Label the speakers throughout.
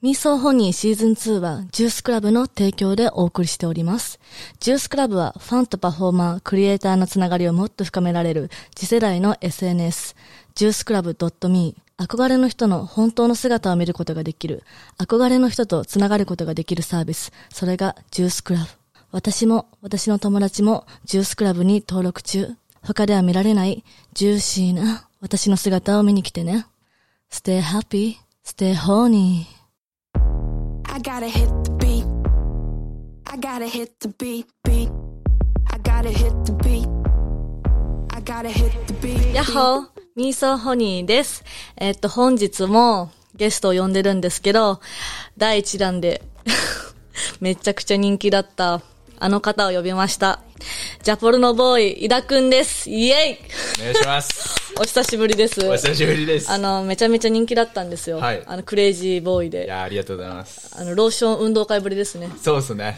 Speaker 1: ミーソーホニーシーズン2はジュースクラブの提供でお送りしております。ジュースクラブはファンとパフォーマー、クリエイターのつながりをもっと深められる次世代の SNS、ジュースクラブ .me、憧れの人の本当の姿を見ることができる、憧れの人とつながることができるサービス、それがジュースクラブ。私も、私の友達もジュースクラブに登録中。他では見られないジューシーな私の姿を見に来てね。Stay happy, stay horny.
Speaker 2: I gotta hit the beat. I gotta hit the beat, beat. I gotta hit the beat. I gotta hit the beat.
Speaker 1: やっほーミーソーホニーです。えっと、本日もゲストを呼んでるんですけど、第1弾で、 めちゃくちゃ人気だった、あの方を呼びました。ジャポルのボーイ、井田くんです。イエイ
Speaker 3: お願い します。
Speaker 1: お久しぶりです。
Speaker 3: お久しぶりです。
Speaker 1: あの、めちゃめちゃ人気だったんですよ。
Speaker 3: はい
Speaker 1: あの、クレイジーボーイ
Speaker 3: い
Speaker 1: で。
Speaker 3: や、ありがとうございます。
Speaker 1: あの、ローション運動会ぶりですね。
Speaker 3: そうで すね。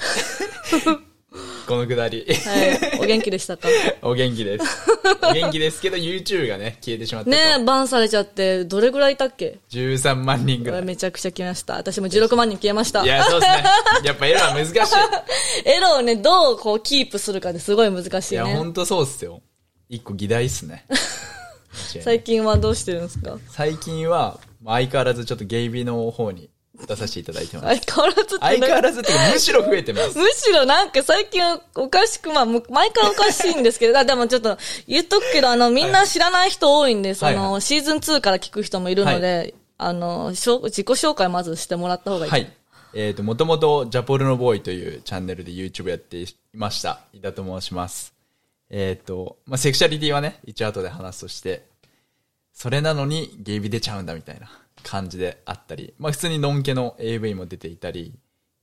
Speaker 3: このくだり、
Speaker 1: はい。お元気でしたか
Speaker 3: お元気です。お元気ですけど、YouTube がね、消えてしまったと。
Speaker 1: ねえ、バンされちゃって、どれぐらいいたっけ
Speaker 3: 13万人ぐらい。
Speaker 1: めちゃくちゃ消えました。私も16万人消えました。
Speaker 3: いや、そうですね。やっぱエラー難しい。
Speaker 1: エロを ね、どうこうキープするかってすごい難し
Speaker 3: い
Speaker 1: い
Speaker 3: や、ほ
Speaker 1: ね。
Speaker 3: んとそうっすよ。一個議題っす ね。
Speaker 1: 最近はどうしてるんですか
Speaker 3: 最近は、相変わらずちょっとゲイビの方に出させていただいてます。
Speaker 1: 相変わらずって
Speaker 3: 相変わ
Speaker 1: ね
Speaker 3: らずっていうか、むしろ増えてます。
Speaker 1: むしろなんか最近おかしく、まあ、む毎回おかしいんですけど、あでもちょっと言っとくけど、あの、みんな知らない人多いんで、そ
Speaker 3: はい
Speaker 1: の、
Speaker 3: は
Speaker 1: シーズン2から聞く人もいるので、あの、しょ自己紹介まずしてもらった方がいい。
Speaker 3: はい。えっ、と、もともとジャポルノボーイというチャンネルで YouTube やっていました。井田と申します。えっ、と、まあ、セクシャリティはね、一応後で話すとして、それなのにゲイビ出ちゃうんだみたいな感じであったり、まあ、普通にノンケの AV も出ていたり、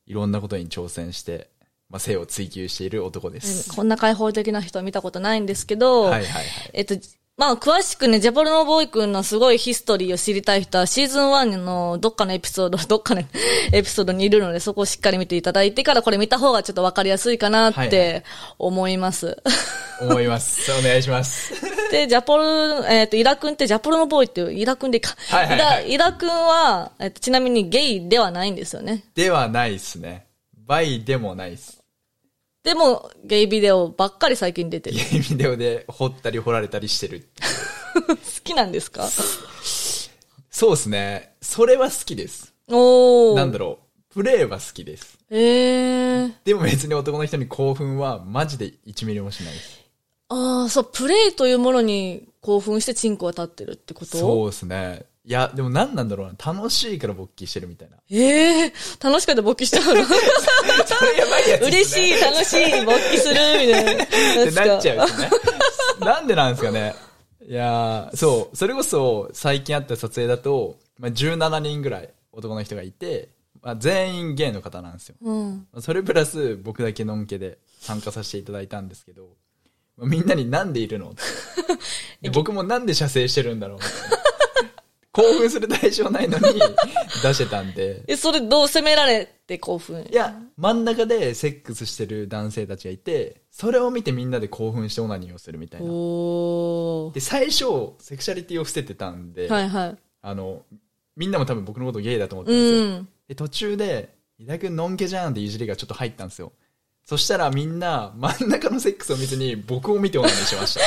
Speaker 3: いろんなことに挑戦して、まあ、性を追求している男です。
Speaker 1: こんな開放的な人は見たことないんですけど、
Speaker 3: はいはいはい
Speaker 1: えっと、まあ、詳しくね、ジャポルノボーイ君のすごいヒストリーを知りたい人は、シーズン1のどっかのエピソード、 どっかのエピソードにいるので、そこをしっかり見ていただいてから、これ見た方がちょっとわかりやすいかなっ
Speaker 3: はいは
Speaker 1: て思います。
Speaker 3: 思います。お願いします。
Speaker 1: で、ジャポル、えっ、と、イラ君ってジャポルノボーイっていう、イラ君でいいか。
Speaker 3: はいはいはい
Speaker 1: イライラ君は、えっと、ちなみにゲイではないんですよね。
Speaker 3: ではないっすね。バイでもないっす。
Speaker 1: でも、ゲイビデオばっかり最近出てる。好
Speaker 3: ゲイビデオで掘ったり掘られたりしてる。
Speaker 1: きなんですか
Speaker 3: そうですね。それは好きです。
Speaker 1: おー。
Speaker 3: なんだろう、プレイは好きです。
Speaker 1: ええー。
Speaker 3: でも別に男の人に興奮はマジで1ミリもしないです。
Speaker 1: ああ、そう、プレイというものに興奮してチンコが立ってるってこと
Speaker 3: そうですね。いや、でも何なんだろうな。楽しいから勃起してるみ たいな。
Speaker 1: ええー、楽しかった勃起しちゃうの
Speaker 3: それやばいやつ
Speaker 1: 嬉
Speaker 3: です、ね。
Speaker 1: しい、楽しい、勃起する、みたいなや
Speaker 3: っ
Speaker 1: つか。
Speaker 3: てなっちゃうよね。 なんでなんですかね。いやーそう。それこそ最近あった撮影だと、まあ、17人ぐらい男の人がいて、まあ、全員ゲイの方なんですよ。
Speaker 1: うん。
Speaker 3: それプラス僕だけのんけで参加させていただいたんですけど、まあみんなになんでい るのってで僕もなんで射精してるんだろうみたいな興奮する対象ないのに 出してたんで。
Speaker 1: え、それどう責められて興奮
Speaker 3: いや、真ん中でセックスしてる男性たちがいて、それを見てみんなで興奮してオナニーをするみたいな。
Speaker 1: おー。
Speaker 3: で、最初、セクシャリティを伏せてたんで、
Speaker 1: はいはい。
Speaker 3: あの、みんなも多分僕のことゲイだと思ってたんですよ。
Speaker 1: うん。
Speaker 3: で、途中で、伊田くんのんけじゃんっていじりがちょっと入ったんですよ。そしたらみんな、真ん中のセックスを見ずに、僕を見てオナニーしました。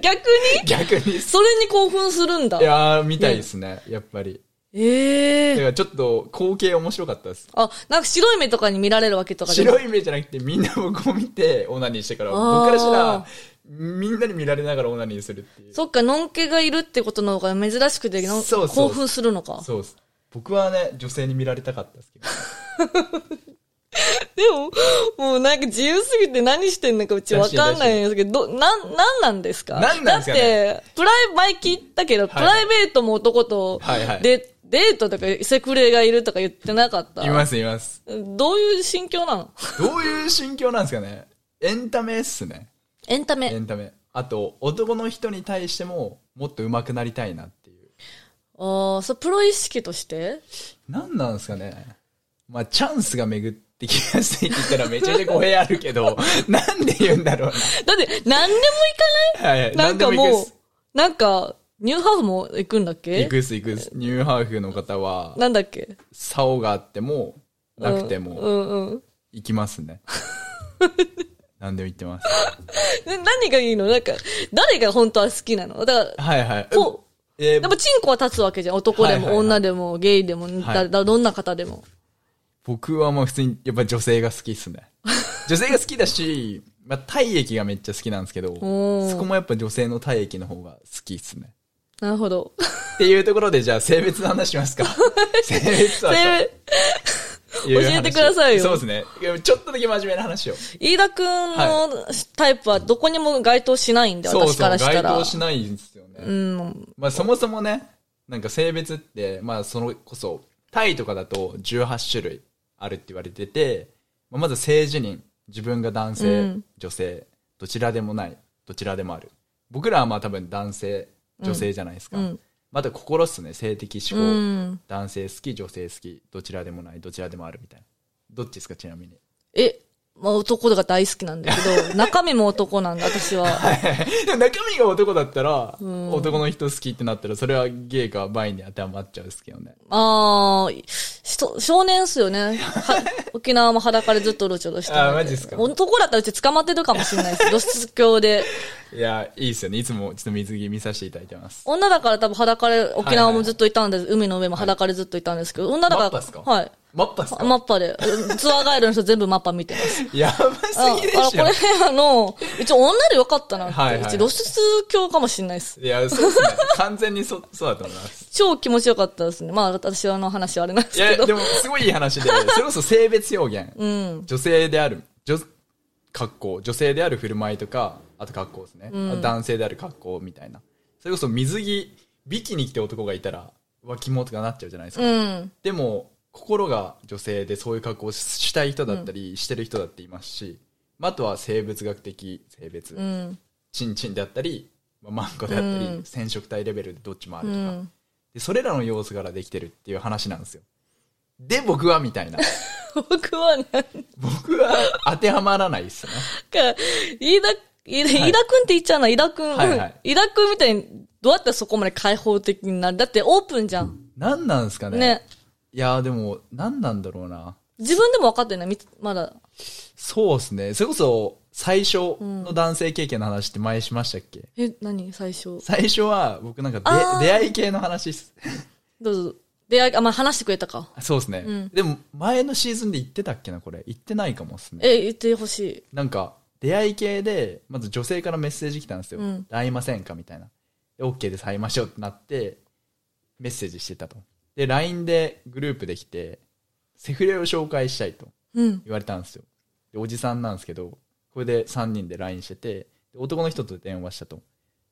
Speaker 1: 逆に
Speaker 3: 逆に。
Speaker 1: それに興奮するんだ
Speaker 3: い。やー、みたいですね、やっぱり。
Speaker 1: え
Speaker 3: だか
Speaker 1: えー。
Speaker 3: らちょっと、光景面白かったです。
Speaker 1: あ、なんか白い目とかに見られるわけとか
Speaker 3: 白
Speaker 1: い。
Speaker 3: い目じゃなくて、みんな僕を見て、オナニーしてから、
Speaker 1: あー
Speaker 3: 僕からしたら、みんなに見られながらオナニーするっていう。
Speaker 1: そっか、のんけがいるってことの方が珍しくて、のん
Speaker 3: そうそう
Speaker 1: 興奮するのか。
Speaker 3: そうです。僕はね、女性に見られたかったですけど。
Speaker 1: でも、もうなんか自由すぎて何してんのかうちわかんないんですけ ど、ど、なん、なんなんですか
Speaker 3: なんなんですかね
Speaker 1: だって、プライ、前聞いたけど、プライベートも男と、
Speaker 3: はいはい
Speaker 1: で、デートとか、セクレがいるとか言ってなかった。
Speaker 3: います、います。
Speaker 1: どういう心境なの
Speaker 3: どういう心境なんですかね。エンタメっすね。
Speaker 1: エンタ
Speaker 3: エ
Speaker 1: メ。
Speaker 3: ンタメ。あと、男の人に対しても、もっと上手くなりたいなっていう。
Speaker 1: ああ、そう、プロ意識として
Speaker 3: なんなんですかね。まあ、チャンスが巡ってきやすいって言ったらめちゃめちゃ語弊ある けど、なんで言うんだろう
Speaker 1: だって、何でもいか
Speaker 3: な。はい、
Speaker 1: ないなんか
Speaker 3: 何でいいで
Speaker 1: も
Speaker 3: す
Speaker 1: う、なんか、ニューハーフも行くんだっけ
Speaker 3: いくっすいくっす。ニューハーフの方は、
Speaker 1: なんだっけ
Speaker 3: 竿があっても、なくて
Speaker 1: う
Speaker 3: も、
Speaker 1: んうんうん。
Speaker 3: 行きますね。何でも行ってます。
Speaker 1: な何がいいのなんか、誰が本当は好きなのだから、
Speaker 3: はいはい。
Speaker 1: こ
Speaker 3: え
Speaker 1: う、やっぱチンコは立つわけじゃん。男で
Speaker 3: はいはい
Speaker 1: も
Speaker 3: はい
Speaker 1: 女でもゲイでも、
Speaker 3: はい
Speaker 1: だだどんな方でも。
Speaker 3: 僕はもう普通に、やっぱ女性が好きっ すね。女性が好きだし、まあ、体液がめっちゃ好きなんですけど、
Speaker 1: ー
Speaker 3: そこもやっぱ女性の体液の方が好きっすね。
Speaker 1: なるほど。
Speaker 3: っていうところで、じゃあ性別の話し ますか。性別は
Speaker 1: で、
Speaker 3: という話
Speaker 1: 教えてくださいよ
Speaker 3: そうですね。いやちょっとだけ真面目な話を。
Speaker 1: 飯田くんのタイプはどこにも該当しないんで、
Speaker 3: そう
Speaker 1: 私
Speaker 3: そ
Speaker 1: か
Speaker 3: う、
Speaker 1: らした
Speaker 3: 該
Speaker 1: ら。
Speaker 3: 当しないんですよね。
Speaker 1: うん。
Speaker 3: まあそもそもね、なんか性別って、まあそのこそ、タイとかだと18種類あるって言われてて、まあ、まず性自認、自分が男性、
Speaker 1: うん
Speaker 3: 女性、どちらでもない、どちらでもある。僕らはまあ多分男性、女性じゃないですか。
Speaker 1: うん
Speaker 3: また心っすね、性的思
Speaker 1: う
Speaker 3: 考、
Speaker 1: ん。
Speaker 3: 男性好き、女性好き、どちらでもない、どちらでもあるみたいな。どっちですか、ちなみに。
Speaker 1: え、まあ男が大好きなんだけど、中身も男なんだ、私は。
Speaker 3: でも中身が男だったら、
Speaker 1: ん
Speaker 3: 男の人好きってなったら、それはゲイかバイに当てはまっちゃうんですけどね。
Speaker 1: あー、しと少年っすよね。は沖縄も裸でずっとうろちょろしてたん
Speaker 3: あーマジっすか
Speaker 1: 男だったらうち捕まってるかもしれないです。露出狂で。
Speaker 3: いや、いいですよね。いつもちょっと水着見させていただいてます。
Speaker 1: 女だから多分裸で、沖縄もずっといたんです。海の上も裸でずっといたんですけど、女だから。
Speaker 3: マッパっすか
Speaker 1: はい。
Speaker 3: マッパっすか
Speaker 1: マッパで。ツアーガイドの人全部マッパ見てます。
Speaker 3: やばすぎで
Speaker 1: ああ
Speaker 3: し
Speaker 1: これ
Speaker 3: ょ。、
Speaker 1: あの、うち女でよかったなって。
Speaker 3: はいはいう
Speaker 1: ち露出狂かもしれないです。
Speaker 3: いや、そうですね。完全にそ、そうだと思います。
Speaker 1: 超気持ちよかったですね。まあ、私の話はあれなんです
Speaker 3: いや、
Speaker 1: け
Speaker 3: で
Speaker 1: ど。
Speaker 3: も、すごいいい話で、それこそ性別表現。女性である、女、格好、女性である振る舞いとか、あと格好ですね。あと男性である格好みたいな。それこそ水着、ビキに来て男がいたら、脇もとかなっちゃうじゃないですか。
Speaker 1: うん。
Speaker 3: でも、心が女性でそういう格好をしたい人だったり、してる人だっていますし、まああとは生物学的性別。
Speaker 1: うん。
Speaker 3: チンチンであったり、まあ、マンコであったり、
Speaker 1: うん
Speaker 3: 染色体レベルでどっちもある
Speaker 1: う
Speaker 3: とか、
Speaker 1: ん。
Speaker 3: でそれらの要素からできてるっていう話なんですよで僕はみたいな
Speaker 1: 僕はね、
Speaker 3: 僕は当てはまらないっすね
Speaker 1: なんか、飯田、飯田、
Speaker 3: はい
Speaker 1: 飯田くんって言っちゃうな、飯田くん。
Speaker 3: はいはい
Speaker 1: 飯田くんみたいに、どうやってそこまで開放的になるだってオープンじゃん。
Speaker 3: 何なんですかね
Speaker 1: ね。
Speaker 3: いやーでも何なんだろうな
Speaker 1: 自分でも分かってない、みまだ。
Speaker 3: そうですねそれこそ最初の男性経験の話って前しましたっけ、
Speaker 1: え、何最初。
Speaker 3: 最初は僕なんかで
Speaker 1: あー
Speaker 3: 出会い系の話っす
Speaker 1: どうぞ。出会い、あ、まあ、話してくれたか。
Speaker 3: そうですね、
Speaker 1: うん
Speaker 3: でも前のシーズンで言ってたっけなこれ言ってないかもっすね
Speaker 1: え、言ってほしい。
Speaker 3: なんか、出会い系で、まず女性からメッセージ来たんですよ。
Speaker 1: うん
Speaker 3: 会いませんかみたいな。で、OK です、会いましょうってなって、メッセージしてたと。で、LINE でグループできて、セフレを紹介したいと
Speaker 1: うん。
Speaker 3: 言われたんですよ。で、おじさんなんですけど、これで3人で LINE してて、で男の人と電話したと。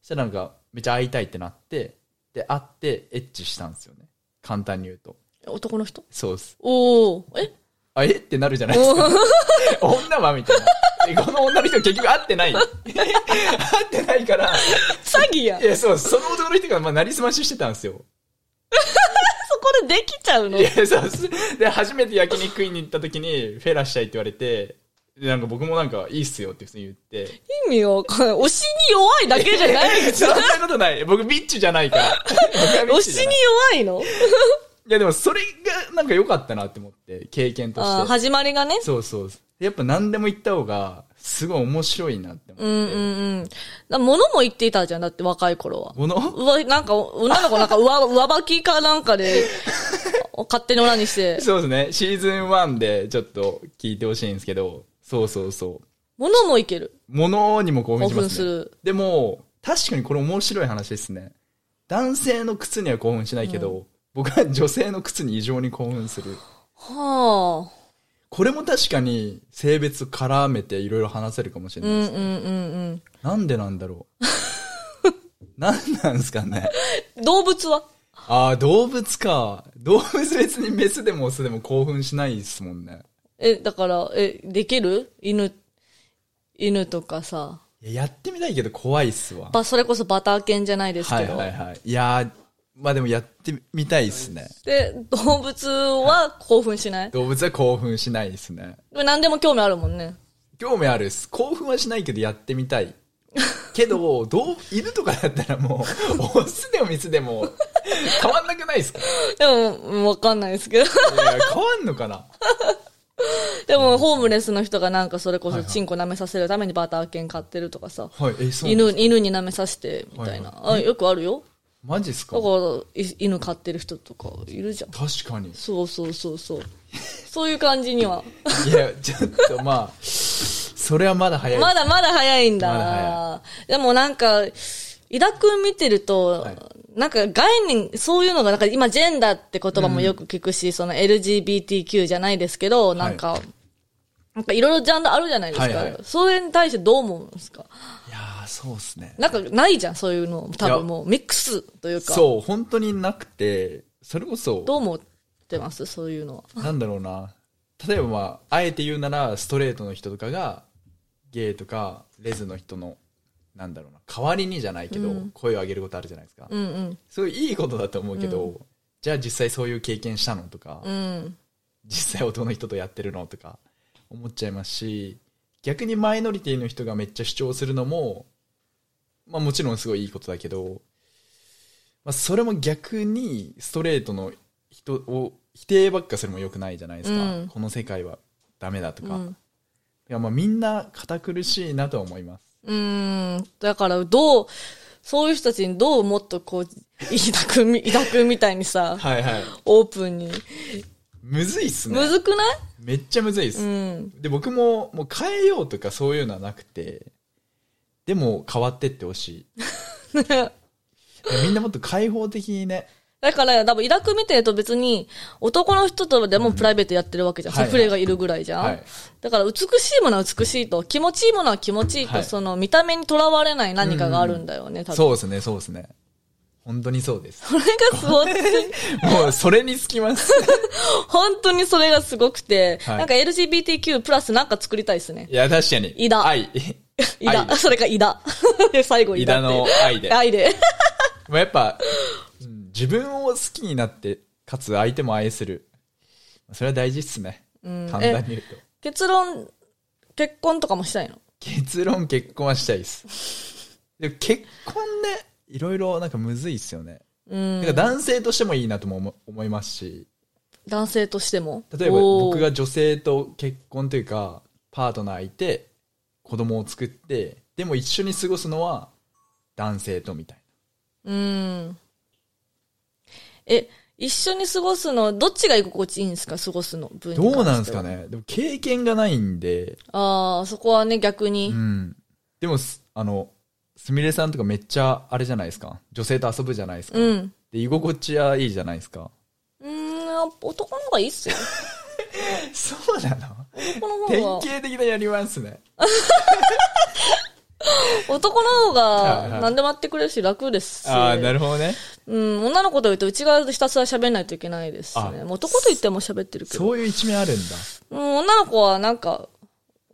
Speaker 3: そしたらなんか、めっちゃ会いたいってなって、で、会って、エッチしたんですよね。簡単に言うと。
Speaker 1: 男の人
Speaker 3: そうです。
Speaker 1: おお。え
Speaker 3: あ、えってなるじゃないです
Speaker 1: お
Speaker 3: か。
Speaker 1: ー
Speaker 3: 女はみたいな。えこの女の人結局会ってない。会 ってないから、
Speaker 1: 詐欺やん
Speaker 3: い。や、そう、その男の人が、まあ、なりすまししてたんですよ。
Speaker 1: そこでできちゃうの
Speaker 3: いや、そう、すで、初めて焼肉食いに行った時に、フェラしたいって言われて、で、なんか僕もなんか、いいっすよって普通に言って。
Speaker 1: 意味を、これ推しに弱いだけじゃない
Speaker 3: そんなことない。僕、ビッチじゃないから。僕はビッ
Speaker 1: 推
Speaker 3: チ
Speaker 1: し
Speaker 3: じゃ
Speaker 1: に
Speaker 3: ない
Speaker 1: 弱いの
Speaker 3: いや、でも、それが、なんか良かったなって思って、経験と
Speaker 1: あー
Speaker 3: し て。
Speaker 1: 始まりがね。
Speaker 3: そうそう。やっぱ何でも言った方が、すごい面白いなって思って。
Speaker 1: うんうんうん。だ物も言っていたじゃん、だって若い頃は。
Speaker 3: この
Speaker 1: うわ、なんか、女の子なんか、上、 上履きかなんかで、勝手に裏に して、
Speaker 3: そうですね。シーズン1でちょっと聞いてほしいんですけど、そうそうそう。
Speaker 1: 物もいける。
Speaker 3: 物にも興奮しま
Speaker 1: 興奮す
Speaker 3: すね。
Speaker 1: る
Speaker 3: でも、確かにこれ面白い話ですね。男性の靴には興奮しないけど、僕は女性の靴に異常に興奮する。
Speaker 1: はあ。
Speaker 3: これも確かに性別絡めていろいろ話せるかもしれ
Speaker 1: う
Speaker 3: ない
Speaker 1: んうん
Speaker 3: です。
Speaker 1: うん
Speaker 3: なんでなんだろう。 なんなんですかね。
Speaker 1: うん。動物は
Speaker 3: ああ、動物か。動物別にメスでもオスでも興奮しないですもんね。
Speaker 1: え、だから、え、できる犬、犬とかさ。
Speaker 3: いややってみたいけど怖いっすわ。
Speaker 1: ば、それこそバター犬じゃないです
Speaker 3: は
Speaker 1: け
Speaker 3: い
Speaker 1: ど。
Speaker 3: はいはい。いやー、まあでもやってみたいですね。
Speaker 1: で、動物は興奮しない、
Speaker 3: 動物は興奮しないですね。
Speaker 1: でも何でも興味あるもんね。
Speaker 3: 興味あるっす。興奮はしないけどやってみたい。けど、どう、犬とかだったらもう、オスでもメスでも、変わんなくないですかい
Speaker 1: でも、わかんないですけど。
Speaker 3: や変わんのかな
Speaker 1: でも、ホームレスの人がなんかそれこ
Speaker 3: は
Speaker 1: そ
Speaker 3: いはい
Speaker 1: チンコ舐めさせるためにバター犬飼ってるとかさ。
Speaker 3: はい、え、そう。
Speaker 1: 犬、犬に舐めさせて、みたいな。
Speaker 3: は
Speaker 1: あ、よくあるよ。
Speaker 3: マジっすか
Speaker 1: だから、い犬飼ってる人とかいるじゃん。
Speaker 3: 確かに。
Speaker 1: そうそうそうそう。そういう感じには。
Speaker 3: いや、ちょっとまあ、それはまだ早い。
Speaker 1: まだまだ早いんだ。
Speaker 3: まだ早
Speaker 1: でもなんか、伊田くん見てると、
Speaker 3: はい
Speaker 1: なんか概念、そういうのが、なんか今ジェンダーって言葉もよく聞くし、その LGBTQ じゃないですけど、なんか、なんかいろいろジャンルあるじゃないですか。
Speaker 3: はいはい
Speaker 1: それに対してどう思うんですか
Speaker 3: いやー、そうっすね。
Speaker 1: なんかないじゃん、そういうの。多分もうミックスというか。
Speaker 3: そう、本当になくて、それこそ、
Speaker 1: どう思ってますそういうのは。
Speaker 3: なんだろうな。例えばまあ、あえて言うなら、ストレートの人とかが、ゲイとか、レズの人の、なんだろうな、代わりにじゃないけど、
Speaker 1: うん
Speaker 3: 声を上げることあるじゃないですか。
Speaker 1: うんうん。
Speaker 3: すごいいいことだと思うけど、じゃあ実際そういう経験したのとか、
Speaker 1: うん。
Speaker 3: 実際男の人とやってるのとか思っちゃいますし逆にマイノリティの人がめっちゃ主張するのも、まあ、もちろんすごいいいことだけど、まあ、それも逆にストレートの人を否定ばっかするのも良くないじゃないですか、
Speaker 1: うん
Speaker 3: この世界はダメだとか、
Speaker 1: う
Speaker 3: い
Speaker 1: ん
Speaker 3: やまあみんな堅苦しいなとは思います
Speaker 1: うーん。だから、どう、そういう人たちにどうもっとこう、伊田くんみ、伊田くんみたいにさ、
Speaker 3: はいはい
Speaker 1: オープンに。
Speaker 3: むずいっすね
Speaker 1: むずくない
Speaker 3: めっちゃむずいっす、
Speaker 1: うん。
Speaker 3: で僕ももう変えようとかそういうのはなくてでも変わってってほしいみんなもっと開放的にね
Speaker 1: だから、多分、伊田くん見てると別に、男の人とでもプライベートやってるわけじゃん。
Speaker 3: うんはい
Speaker 1: セフレがいるぐらいじゃん。
Speaker 3: はい
Speaker 1: だから、美しいものは美しいと、気持ちいいものは気持ちいいと、
Speaker 3: はい
Speaker 1: その、見た目にとらわれない何かがあるんだよね、多分。
Speaker 3: そうですねそうですね本当にそうです
Speaker 1: それがすごい。
Speaker 3: もうそれにつきます
Speaker 1: 本当にそれがすごくて、
Speaker 3: はい
Speaker 1: なんか LGBTQ プラスなんか作りたいですね。
Speaker 3: いや確かに
Speaker 1: いだ
Speaker 3: 愛
Speaker 1: イダ
Speaker 3: 愛で。
Speaker 1: それかイダ。 最後イ
Speaker 3: い
Speaker 1: ダっ
Speaker 3: だ
Speaker 1: て。
Speaker 3: の愛 で
Speaker 1: 愛で。
Speaker 3: まあやっぱ、うん自分を好きになってかつ相手も愛するそれは大事っすね、簡単に言うと
Speaker 1: 結論、結婚とかもしたいの
Speaker 3: 結論結婚はしたいです。でも結婚ね、いろいろなんかむずいっすよね。
Speaker 1: うん
Speaker 3: なんか男性としてもいいなとも思思いますし、
Speaker 1: 男性としても。
Speaker 3: 例えば
Speaker 1: おー
Speaker 3: 僕が女性と結婚というか、パートナーいて、子供を作って、でも一緒に過ごすのは男性とみたい
Speaker 1: うん。え、一緒に過ごすの、どっちが居心地いいんですか過ごすの。分
Speaker 3: な。
Speaker 1: に関し
Speaker 3: ど
Speaker 1: て
Speaker 3: う
Speaker 1: は
Speaker 3: なんですか。ねでも経験がないんで、
Speaker 1: ああ、そこはね、逆に。
Speaker 3: うん。でもす、あの、すみれさんとかめっちゃあれじゃないですか。女性と遊ぶじゃないですか。
Speaker 1: うん。
Speaker 3: で、居心地はいいじゃないですか。
Speaker 1: うーん、男の方がいいっすよ。
Speaker 3: そうなの
Speaker 1: 男の
Speaker 3: 典
Speaker 1: 方が、
Speaker 3: 型的なやりますね。
Speaker 1: 男の方
Speaker 3: はいは
Speaker 1: が
Speaker 3: い
Speaker 1: 何でもやってくれるし楽ですし。
Speaker 3: ああ、なるほどね。
Speaker 1: うん、女の子と言うと、うちがひたすら喋んないといけないですね。
Speaker 3: あ
Speaker 1: もう男と言っても喋ってるけど。
Speaker 3: そういう一面あるんだ。
Speaker 1: うん、女の子はなんか、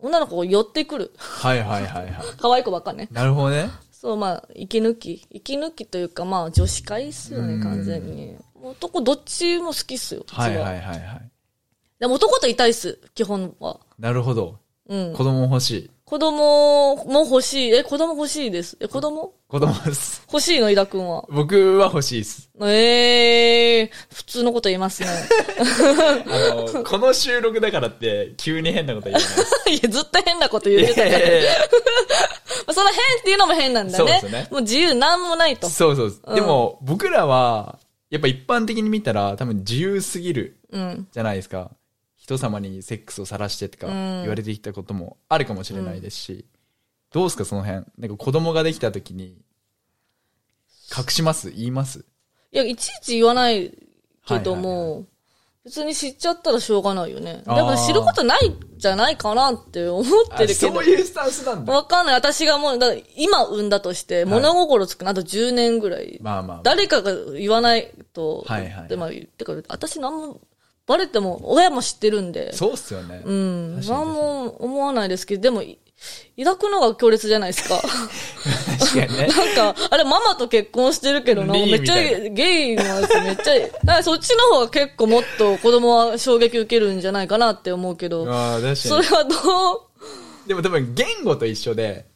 Speaker 1: 女の子が寄ってくる。
Speaker 3: はいはいはいはい。
Speaker 1: 可愛い子ばっかね。
Speaker 3: なるほどね。
Speaker 1: そう、まあ、息抜き。息抜きというか、まあ、女子会っすよ
Speaker 3: う
Speaker 1: ね、
Speaker 3: ん
Speaker 1: 完全に。男、どっちも好きっすよ。うち。
Speaker 3: はいはいいはいはい。
Speaker 1: でも男といたいっす、基本は。
Speaker 3: なるほど。
Speaker 1: うん。
Speaker 3: 子供欲しい。
Speaker 1: 子供も欲しい。え、子供欲しいです。え、子供
Speaker 3: 子供です。
Speaker 1: 欲しいの、伊田くんは。
Speaker 3: 僕は欲しいです。
Speaker 1: ええー、普通のこと言いますね。
Speaker 3: あの、この収録だからって、急に変なこと 言わないです。
Speaker 1: いや、ずっと変なこと言ってたから。まあその変っていうのも変なんだ
Speaker 3: そう
Speaker 1: ね。
Speaker 3: ですね
Speaker 1: もう自由なんもないと。
Speaker 3: そうそうです。でも、僕らは、やっぱ一般的に見たら、多分自由すぎる
Speaker 1: うん。
Speaker 3: じゃないですか。人様にセックスを晒してとか
Speaker 1: うん
Speaker 3: 言われてきたこともあるかもしれないですし、どうですかその辺。なんか子供ができた時に、隠します言います
Speaker 1: いや、いちいち言わないけど
Speaker 3: はいはい
Speaker 1: も、別に知っちゃったらしょうがないよね。
Speaker 3: あー
Speaker 1: だから知ることないんじゃないかなって思って
Speaker 3: あ
Speaker 1: るけ
Speaker 3: そう
Speaker 1: ど。
Speaker 3: いうスタンスなんだ。
Speaker 1: わかんない。私がもう、だから今産んだとして、物心つくのあと10年ぐらい。
Speaker 3: まあまあ、
Speaker 1: 誰かが言わないと、
Speaker 3: はいはい
Speaker 1: でまあ、てか、私なんも、バレても、親も知ってるんで。
Speaker 3: そうっすよね。
Speaker 1: うん。
Speaker 3: 確かに
Speaker 1: なんも思わないですけど、でも、い抱くのが強烈じゃないですか。
Speaker 3: 確かにね。
Speaker 1: なんか、あれ、ママと結婚してるけどな、
Speaker 3: リー
Speaker 1: めっちゃ
Speaker 3: みたい
Speaker 1: ゲイのやつめっちゃ、 だからそっちの方が結構もっと子供は衝撃受けるんじゃないかなって思うけど、
Speaker 3: ああ、確
Speaker 1: そ
Speaker 3: か
Speaker 1: れ
Speaker 3: に。
Speaker 1: はどう
Speaker 3: でも多分言語と一緒で、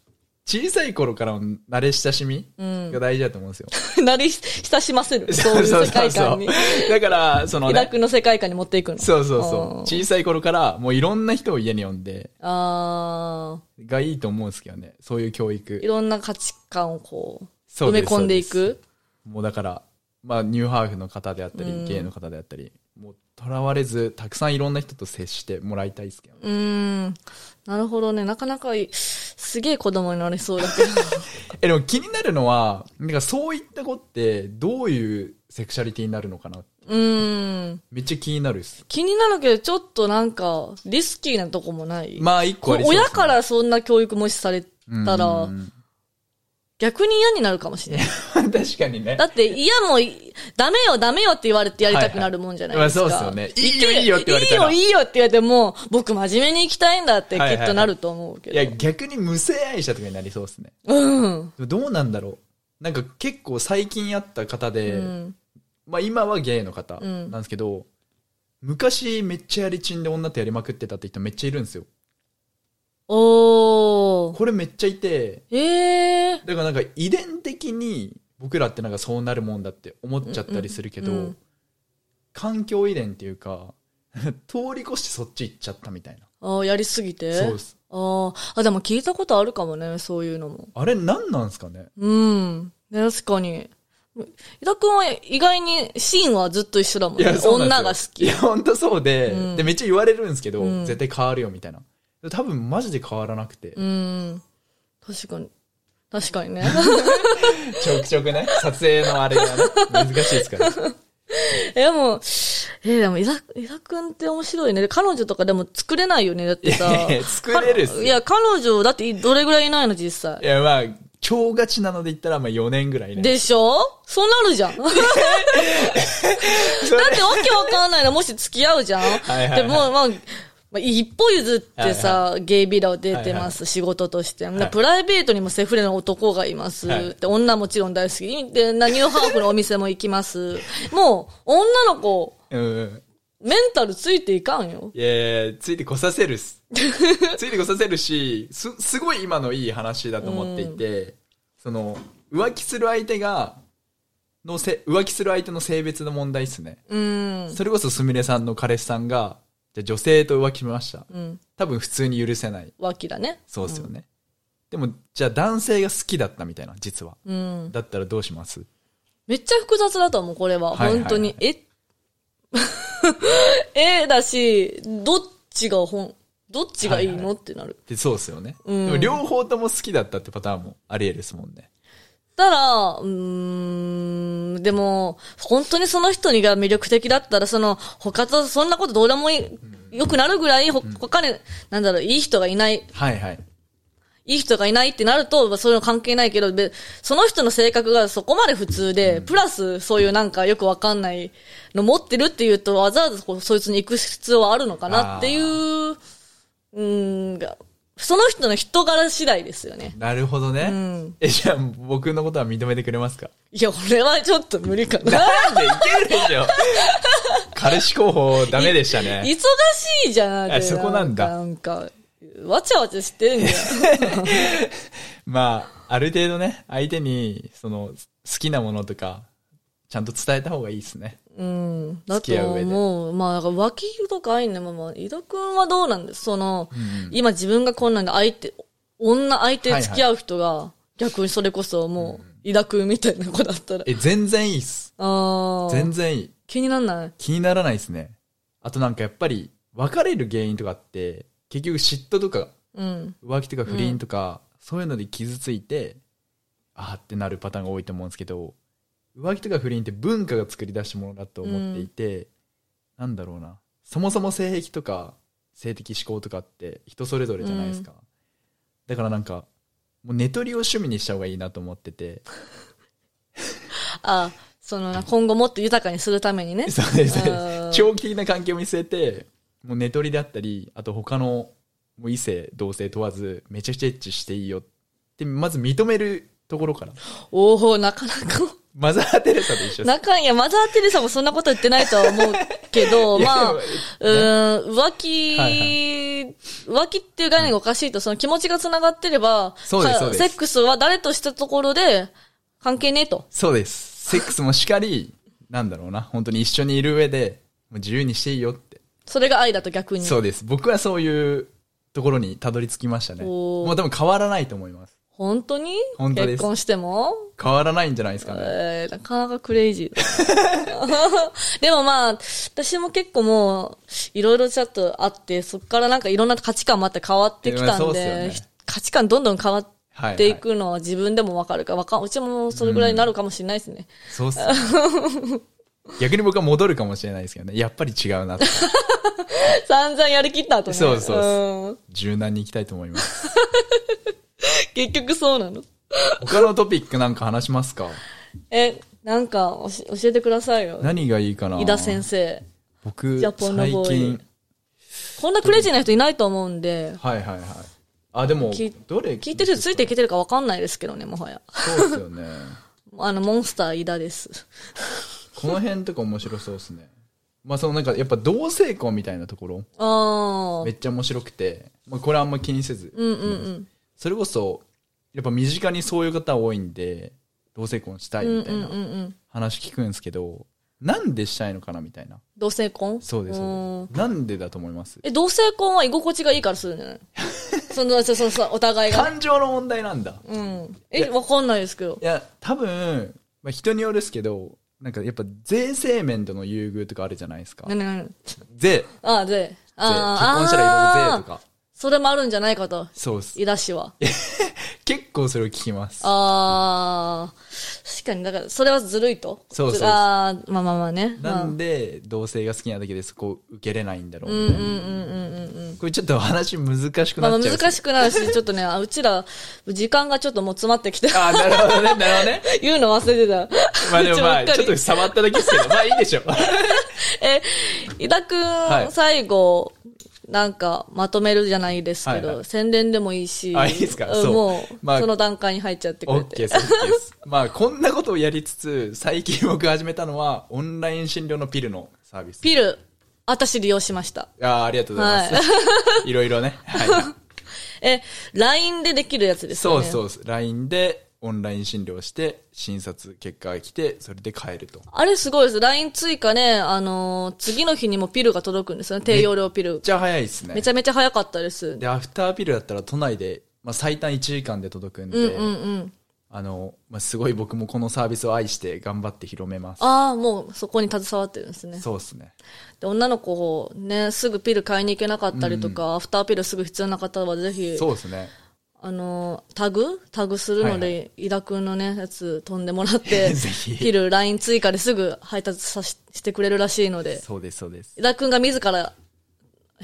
Speaker 3: 小さい頃からの慣れ親しみが大事だと思うんですよ。
Speaker 1: なり親しませ る。そういう世界観に。
Speaker 3: だから、その
Speaker 1: イラ
Speaker 3: ね、
Speaker 1: クの世界観に持っていくの。
Speaker 3: そうそうそう。
Speaker 1: あー
Speaker 3: 小さい頃から、もういろんな人を家に呼んで、
Speaker 1: あ
Speaker 3: がいいと思うんですけどね。そういう教育
Speaker 1: ーい。ろんな価値観をこう、
Speaker 3: そ
Speaker 1: 埋
Speaker 3: う
Speaker 1: め
Speaker 3: です
Speaker 1: 込んでい
Speaker 3: そう
Speaker 1: く。
Speaker 3: もうだから、まあ、ニューハーフの方であったり、ゲイの方であったり、もう、とらわれず、たくさんいろんな人と接してもらいたいですけどね、
Speaker 1: うーん。なるほどね。なかなかい、すげえ子供になれそうだけ ど。
Speaker 3: え、でも気になるのは、なんかそういった子って、どういうセクシャリティになるのかな
Speaker 1: うーん。
Speaker 3: めっちゃ気になるっす。
Speaker 1: 気になるけど、ちょっとなんか、リスキーなとこもない。
Speaker 3: まあ、一個ありそうっすね
Speaker 1: 親からそんな教育もしされた
Speaker 3: う
Speaker 1: ら、
Speaker 3: ん
Speaker 1: 逆に嫌になるかもしれない。
Speaker 3: 確かにね
Speaker 1: だ。って嫌もい、ダメよダメよって言われてやりたくなるもんじゃないですか。
Speaker 3: はいはいまあそうっす
Speaker 1: 行け
Speaker 3: よねいいよいいよって言われたら
Speaker 1: いいよいいよって言われても、僕真面目に行きたいんだってき
Speaker 3: はいはいはい
Speaker 1: っとなると思うけ
Speaker 3: い
Speaker 1: ど。
Speaker 3: や、逆に無性愛者とかになりそうですね。
Speaker 1: うん。
Speaker 3: でもどうなんだろう。なんか結構最近会った方で、
Speaker 1: うん。
Speaker 3: まあ今はゲイの方
Speaker 1: うん
Speaker 3: なんですけど、昔めっちゃやりちんで女とやりまくってたって人めっちゃいるんですよ。
Speaker 1: おー。
Speaker 3: これめっちゃいて、
Speaker 1: えー。
Speaker 3: だからなんか遺伝的に僕らってなんかそうなるもんだって思っちゃったりするけど、
Speaker 1: うんうんうん
Speaker 3: 環境遺伝っていうか、 通り越してそっち行っちゃったみたいな。
Speaker 1: あーやりすぎて
Speaker 3: そうです。
Speaker 1: あーあ、でも聞いたことあるかもね、そういうのも。
Speaker 3: あれ何なんですかね
Speaker 1: うん。ね確かに。伊田くんは意外にシーンはずっと一緒だもん
Speaker 3: い
Speaker 1: ね。
Speaker 3: や、そうなんですよ
Speaker 1: 女が好
Speaker 3: い
Speaker 1: き。
Speaker 3: や、本当そうで、
Speaker 1: うん
Speaker 3: で、めっちゃ言われるんですけど、
Speaker 1: うん
Speaker 3: 絶対変わるよ、みたいな。多分、マジで変わらなくて、
Speaker 1: うん。確かに。確かにね。
Speaker 3: ちょくちょくね、撮影のあれがね、難しいですから。
Speaker 1: え、でも、えでも、伊沢、伊沢くんって面白いね。彼女とかでも作れないよね、だってさ
Speaker 3: いやい。や作れるっすよ
Speaker 1: いや、彼女、だってどれぐらいいないの、実
Speaker 3: い
Speaker 1: 際。
Speaker 3: や、まあ、今日がちなので言ったら、まあ、4年ぐらいね。
Speaker 1: でしょそうなるじゃ ん。だってわ
Speaker 3: それ
Speaker 1: けわかんないの、もし付き合うじゃん。
Speaker 3: いはいは
Speaker 1: で
Speaker 3: い
Speaker 1: も、まあ、まあ、一歩譲ってさ、ゲイビラを出てます、仕事として。で
Speaker 3: はい
Speaker 1: プライベートにもセフレの男がいます。
Speaker 3: はい
Speaker 1: で女もちろん大好き。で、なニューハーフのお店も行きます。もう、女の子、
Speaker 3: うん。
Speaker 1: メンタルついていかんよ。
Speaker 3: いやいやついてこさせるっ す。ついてこさせるし、す、すごい今のいい話だと思っていて、その、浮気する相手が、のせ、浮気する相手の性別の問題っすね。
Speaker 1: うん。
Speaker 3: それこそすみれさんの彼氏さんが、じゃあ女性と浮気しました。
Speaker 1: うん。
Speaker 3: 多分普通に許せない。
Speaker 1: 脇だね。
Speaker 3: そうですよね。でも、じゃあ男性が好きだったみたいな、実は。
Speaker 1: うん。
Speaker 3: だったらどうします
Speaker 1: めっちゃ複雑だと思う、これは。
Speaker 3: はいはいはい
Speaker 1: 本当に。え えだし、どっちが本、どっちがいいの、
Speaker 3: はい
Speaker 1: ってなる。
Speaker 3: でそうですよね。
Speaker 1: うん
Speaker 3: でも両方とも好きだったってパターンもあり得るですもんね。
Speaker 1: たら、うーん、でも、本当にその人にが魅力的だったら、その、他とそんなことどうでもいい、良くなるぐらい、ほ他に、なんだろう、いい人がいない、
Speaker 3: はいはい。
Speaker 1: いい人がいないってなると、まあそういうの関係ないけど、でその人の性格がそこまで普通で、プラスそういうなんかよくわかんないの持ってるっていうと、わざわざこうそいつに行く必要はあるのかなっていう、うーんが、その人の人柄次第ですよね。
Speaker 3: なるほどね。
Speaker 1: ん
Speaker 3: え、じゃあ僕のことは認めてくれますか
Speaker 1: いや、俺はちょっと無理かな。
Speaker 3: なんでいけるでしょ彼氏候補ダメでし た
Speaker 1: 忙
Speaker 3: ね。
Speaker 1: しいじゃん。
Speaker 3: あそこなんだ
Speaker 1: なんか、なんかわちゃわちゃしてんじゃん。
Speaker 3: まあ、ある程度ね、相手に、その、好きなものとか、ちゃんと伝えた方がいいですね。
Speaker 1: うん。だ
Speaker 3: 付き合
Speaker 1: と
Speaker 3: う上で
Speaker 1: 思う。まあ、だから脇とかあいね、まあまあ、井戸くんはどうなんですその、今自分がこんなんで相手、女相手付き合う人が、逆にそれこそもう、井田くんみたいな子だったら。
Speaker 3: え、全然いいっす。
Speaker 1: ああ。
Speaker 3: 全然いい。
Speaker 1: 気になんない
Speaker 3: 気にならないですね。あとなんかやっぱり、別れる原因とかって、結局嫉妬とか、
Speaker 1: うん。
Speaker 3: 浮気とか不倫とか、そういうので傷ついて、あーってなるパターンが多いと思うんですけど、浮気とか不倫って文化が作り出したものだと思っていて、なんだろうな。そもそも性癖とか、性的思考とかって人それぞれじゃないですか。だからなんか、もう寝取りを趣味にした方がいいなと思ってて。
Speaker 1: あその、今後もっと豊かにするためにね。
Speaker 3: そうですそう
Speaker 1: あ
Speaker 3: で
Speaker 1: ー
Speaker 3: す。長期的な関係を見据えて、もう寝取りだったり、あと他のもう異性、同性問わず、めちゃくちゃエッチしていいよって、まず認めるところから。
Speaker 1: おおなかなか。
Speaker 3: マザー・テレサと一緒 です。
Speaker 1: 中かんや、マザー・テレサもそんなこと言ってないとは思うけど、
Speaker 3: いや
Speaker 1: まあ、
Speaker 3: ね
Speaker 1: うーん、浮気、
Speaker 3: はいは
Speaker 1: 浮気っていう概念がおかしいと、その気持ちが繋がってれば、
Speaker 3: そうです
Speaker 1: か
Speaker 3: そうです
Speaker 1: セックスは誰としたところで関係ねえと。
Speaker 3: そうです。セックスもしかり、なんだろうな、本当に一緒にいる上で、もう自由にしていいよって。
Speaker 1: それが愛だと逆に。
Speaker 3: そうです。僕はそういうところにたどり着きましたね。
Speaker 1: おー
Speaker 3: もう多分変わらないと思います。
Speaker 1: 本当に
Speaker 3: 本当です
Speaker 1: 結婚しても
Speaker 3: 変わらないんじゃないですかね。
Speaker 1: えー、なかなかクレイジーだな。 でもまあ、私も結構もう、いろいろちょっとあって、そこからなんかいろんな価値観また変わってき
Speaker 3: いやま
Speaker 1: た
Speaker 3: あそ
Speaker 1: ん
Speaker 3: うっ
Speaker 1: で、
Speaker 3: すよね
Speaker 1: 価値観どんどん変わっていくのは自分でもわかるから、わかん、うちもそれぐらいになるかもしれないですね。
Speaker 3: そうっすね。逆に僕は戻るかもしれないですけどね。やっぱり違うなって。
Speaker 1: 散々やりきった後ね。
Speaker 3: そうそうそ
Speaker 1: うん
Speaker 3: 柔軟にいきたいと思います。
Speaker 1: 結局そうなの。
Speaker 3: 他のトピックなんか話しますか
Speaker 1: え、なんかおし、教えてくださいよ。
Speaker 3: 何がいいかな
Speaker 1: 井田先生。
Speaker 3: 僕、
Speaker 1: ジャポンの
Speaker 3: 最
Speaker 1: ボーイ
Speaker 3: 近。
Speaker 1: こんなクレイジーな人いないと思うんで、
Speaker 3: はいはいはい。あ、でも
Speaker 1: 聞、
Speaker 3: どれ
Speaker 1: 聞いてる人ついていけてるかわかんないですけどね、もはや。
Speaker 3: そうですよね。
Speaker 1: あの、モンスター井田です。
Speaker 3: この辺とか面白そうですね。まあそのなんかやっぱ同性婚みたいなところ
Speaker 1: ああ
Speaker 3: め。っちゃ面白くて、まあ、これあんま気にせず、
Speaker 1: うんうんうん。
Speaker 3: それこそやっぱ身近にそういう方多いんで同性婚したい
Speaker 1: うん
Speaker 3: みた
Speaker 1: う
Speaker 3: い
Speaker 1: んうんう。
Speaker 3: なん話聞くんですけど、なんでしたいのかなみたいな
Speaker 1: 同性婚
Speaker 3: そうですそう
Speaker 1: ーん
Speaker 3: ですなんでだと思います
Speaker 1: え、同性婚は居心地がいいからするん じゃないその、そうそうそう、お互いが。
Speaker 3: 感情の問題なんだ
Speaker 1: うん。
Speaker 3: い
Speaker 1: え、
Speaker 3: や
Speaker 1: わかんないですけど
Speaker 3: い。や多分、まあ、人によるですけどなんかやっぱ税制面との優遇とかあるじゃないですか
Speaker 1: なになに
Speaker 3: 税税
Speaker 1: ああ、で。
Speaker 3: 結
Speaker 1: ああ、
Speaker 3: 婚したらいろいろ税と
Speaker 1: ああ
Speaker 3: か
Speaker 1: それもあるんじゃないかと。
Speaker 3: そうっす
Speaker 1: 井田氏は。
Speaker 3: 結構それを聞きます
Speaker 1: ああ。確かに、だから、それはずるいと。
Speaker 3: そうそうそう
Speaker 1: ああ、まあまあまあね。
Speaker 3: なんで同性が好きなだけでそこを受けれないんだろう
Speaker 1: うん
Speaker 3: み
Speaker 1: う
Speaker 3: たい
Speaker 1: ん
Speaker 3: な、
Speaker 1: うんうんうんうん。
Speaker 3: これちょっと話難しくなっちゃう、
Speaker 1: まあ、難しくなるし、ちょっとね、あうちら、時間がちょっともう詰まってきて、
Speaker 3: ああ、なるほどね、なるほどね。
Speaker 1: 言うの忘れてた。
Speaker 3: まあでも まあ、
Speaker 1: うばっか
Speaker 3: ちょ
Speaker 1: り
Speaker 3: っと触っただけですけど、まあいいでしょう。
Speaker 1: え、伊田くん、
Speaker 3: い
Speaker 1: 最後、なんか、まとめるじゃないですけど、
Speaker 3: はいはい
Speaker 1: 宣伝でもいいし、
Speaker 3: あいいですか
Speaker 1: ん
Speaker 3: そう
Speaker 1: もう、
Speaker 3: まあ
Speaker 1: その段階に入っちゃってく
Speaker 3: オ
Speaker 1: れ
Speaker 3: ッケー
Speaker 1: て。
Speaker 3: です、オッケーです。まあこんなことをやりつつ、最近僕始めたのは、オンライン診療のピルのサービス。
Speaker 1: ピル、私利用しました。
Speaker 3: ああ、ありがとうございます。 い、ろいろね。は
Speaker 1: え、LINE でできるやつで
Speaker 3: い。
Speaker 1: す
Speaker 3: そ
Speaker 1: よ
Speaker 3: う
Speaker 1: ね。
Speaker 3: そう
Speaker 1: う。
Speaker 3: です。LINE でオンライン診療して、診察結果が来て、それで帰ると。
Speaker 1: あれすごいです。LINE 追加ね、あのー次の日にもピルが届くんですよね。低用量ピル
Speaker 3: めっ。ちゃ早いですね
Speaker 1: めち。ゃめちゃ早かったです。
Speaker 3: で、アフターピルだったら都内で、まあ最短1時間で届くんで、
Speaker 1: うんうんうん。
Speaker 3: あの、まあすごい僕もこのサービスを愛して頑張って広めます。
Speaker 1: ああ、もうそこに携わってるんですね。
Speaker 3: そうですね。
Speaker 1: で女の子、ね、すぐピル買いに行けなかったりとか、アフターピルすぐ必要な方はぜひ、
Speaker 3: そうですね。
Speaker 1: あの、タグタグするので、
Speaker 3: はい
Speaker 1: 井田くんのね、やつ飛んでもらって、
Speaker 3: ぜひ
Speaker 1: ピル LINE 追加ですぐ配達さししてくれるらしいので、
Speaker 3: そうです、そうです。
Speaker 1: 井田くんが自ら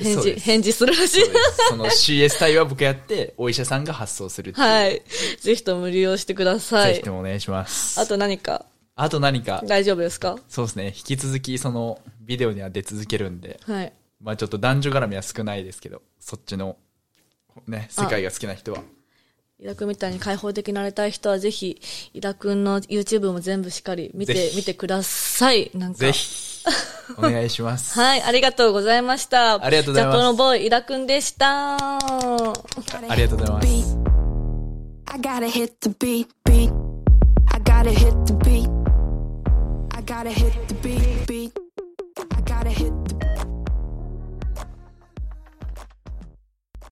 Speaker 1: 返
Speaker 3: そう
Speaker 1: 事、
Speaker 3: です
Speaker 1: 返事するらしい。
Speaker 3: そうですその CS 対は僕やって、お医者さんが発送するっていう。
Speaker 1: はい。ぜひとも利用してくださ
Speaker 3: ぜ
Speaker 1: い
Speaker 3: ひと。もお願いします。
Speaker 1: あと何か
Speaker 3: あと何か、
Speaker 1: 大丈夫ですか
Speaker 3: そうですね、引き続きそのビデオには出続けるんで、
Speaker 1: はい。
Speaker 3: まあちょっと男女絡みは少ないですけど、そっちの、ね、世界が好きな人は。
Speaker 1: 伊田くんみたいに開放的になりたい人はぜひ、伊田くんの YouTube も全部しっかり見
Speaker 3: ぜ
Speaker 1: て
Speaker 3: ひ、
Speaker 1: 見てください。なんか。
Speaker 3: ぜひ、お願いします。
Speaker 1: はい、ありがとうございました。
Speaker 3: ありがとうございます
Speaker 1: ジャポのボーイ、井田くんでした。
Speaker 3: ありがとうございます
Speaker 2: I gotta hit the beat, beat. I gotta hit the beat. I gotta hit the beat, beat.